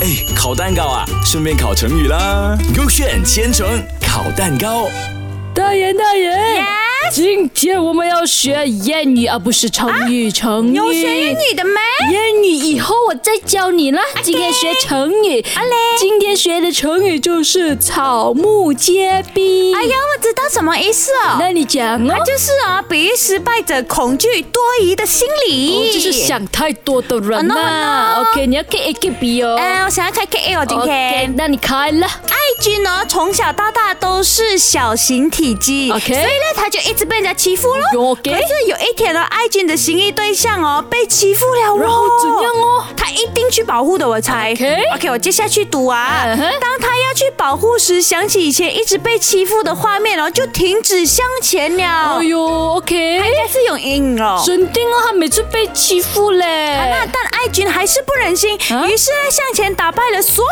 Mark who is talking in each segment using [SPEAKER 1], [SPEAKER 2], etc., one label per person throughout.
[SPEAKER 1] 哎，烤蛋糕啊，顺便烤成语啦。勾选千层烤蛋糕，
[SPEAKER 2] 大爷，大爷今天我们要学谚语，而、不是成语。成语，
[SPEAKER 3] 有啊学英语的吗？
[SPEAKER 2] 谚语以后我再教你啦。今天学成语，今天学的成语就是草木皆兵。
[SPEAKER 3] 哎呀，我知道什么意思哦，
[SPEAKER 2] 那你讲哦，
[SPEAKER 3] 就是啊，比喻失败者恐惧多疑的心
[SPEAKER 2] 哦
[SPEAKER 3] 理。
[SPEAKER 2] 就是。想太多的人呐、
[SPEAKER 3] 哦，no，no
[SPEAKER 2] OK，你要 K A K B 哦。
[SPEAKER 3] 哎，我想要开 K A 哦，今
[SPEAKER 2] OK，
[SPEAKER 3] 天。
[SPEAKER 2] 那你开了。
[SPEAKER 3] IG 呢，哦从小到大都是小型体积
[SPEAKER 2] OK
[SPEAKER 3] 所以呢，他就一直被人家欺负
[SPEAKER 2] 哎呦
[SPEAKER 3] 喽。
[SPEAKER 2] ，OK
[SPEAKER 3] 可是有一天呢，IG 的心意对象哦被欺负了哦，
[SPEAKER 2] 然后怎样哦？
[SPEAKER 3] 他一定去保护的，我猜。
[SPEAKER 2] OK
[SPEAKER 3] 我接下去读啊。
[SPEAKER 2] 嗯哼
[SPEAKER 3] 当他要去保护时，想起以前一直被欺负的画面哦，就停止向前了。
[SPEAKER 2] 哎呦，OK，
[SPEAKER 3] 该是有阴影哦。
[SPEAKER 2] 准定哦，他每次被欺负嘞。
[SPEAKER 3] 那但爱君还是不忍心，
[SPEAKER 2] 啊哎
[SPEAKER 3] 于是呢向前打败了所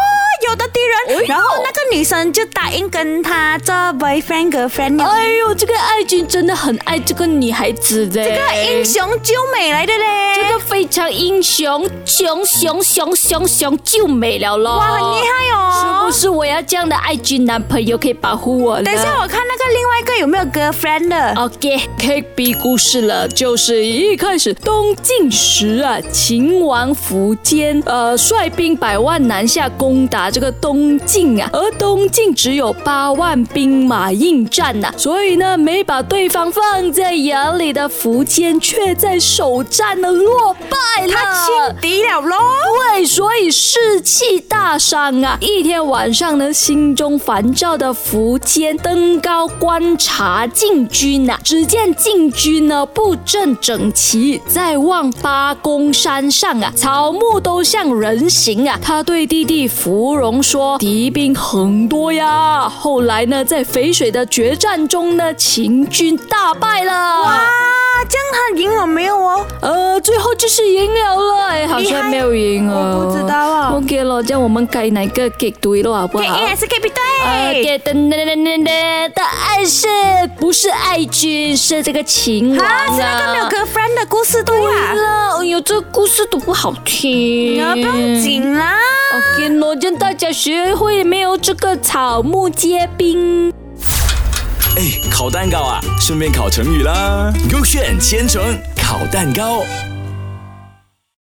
[SPEAKER 3] 有的敌人，然后那个女生就答应跟他做 boyfriend girlfriend 了。
[SPEAKER 2] 哎呦，这个爱君真的很爱这个女孩子的，这
[SPEAKER 3] 这个哎英雄救美来的嘞，
[SPEAKER 2] 这个非常英雄，熊熊熊熊熊就没了咯。
[SPEAKER 3] 哇很厉害
[SPEAKER 2] 是
[SPEAKER 3] 哦
[SPEAKER 2] 不。是我要这样的爱君男朋友可以保护我呢？
[SPEAKER 3] 等一下我看那个另外一个有没有 girlfriend 的。
[SPEAKER 2] OK K B 故事了，就是一开始东晋时啊，秦王苻坚呃率兵百万南下攻打这个东晋啊，而东晋只有八万兵马应战呐、所以呢没把对方放在眼里的苻坚却在首战呢落败了。
[SPEAKER 3] 他轻敌了喽，
[SPEAKER 2] 对，所以士气大伤啊！一天晚上呢，心中烦躁的苻坚登高观察晋军呐、只见晋军呢布阵整齐，在望八公山上啊，草木都像人形啊。他对弟弟芙蓉说：“敌兵很多呀。”后来呢，在淝水的决战中呢，秦军大败了。
[SPEAKER 3] 啊，这样他赢了没有哦？
[SPEAKER 2] 呃，最后就是赢了了，哎，好像没有赢哦。
[SPEAKER 3] 我不知道啊
[SPEAKER 2] OK 了，这样我们改哪个给对了，好不
[SPEAKER 3] K
[SPEAKER 2] 好
[SPEAKER 3] A 还是 K B
[SPEAKER 2] 呃，
[SPEAKER 3] 对？
[SPEAKER 2] 给的的的的的答案是不是爱君？是这个秦王
[SPEAKER 3] 啊，是那个没有 girlfriend 的故事对啊吧？
[SPEAKER 2] 了，哎呦，这故事都不好听。
[SPEAKER 3] 啊，不用紧啦。
[SPEAKER 2] OK 了，这样大家学会没有？这个草木皆兵。
[SPEAKER 1] 哎，烤蛋糕啊，顺便烤成语啦。勾选千层烤蛋糕。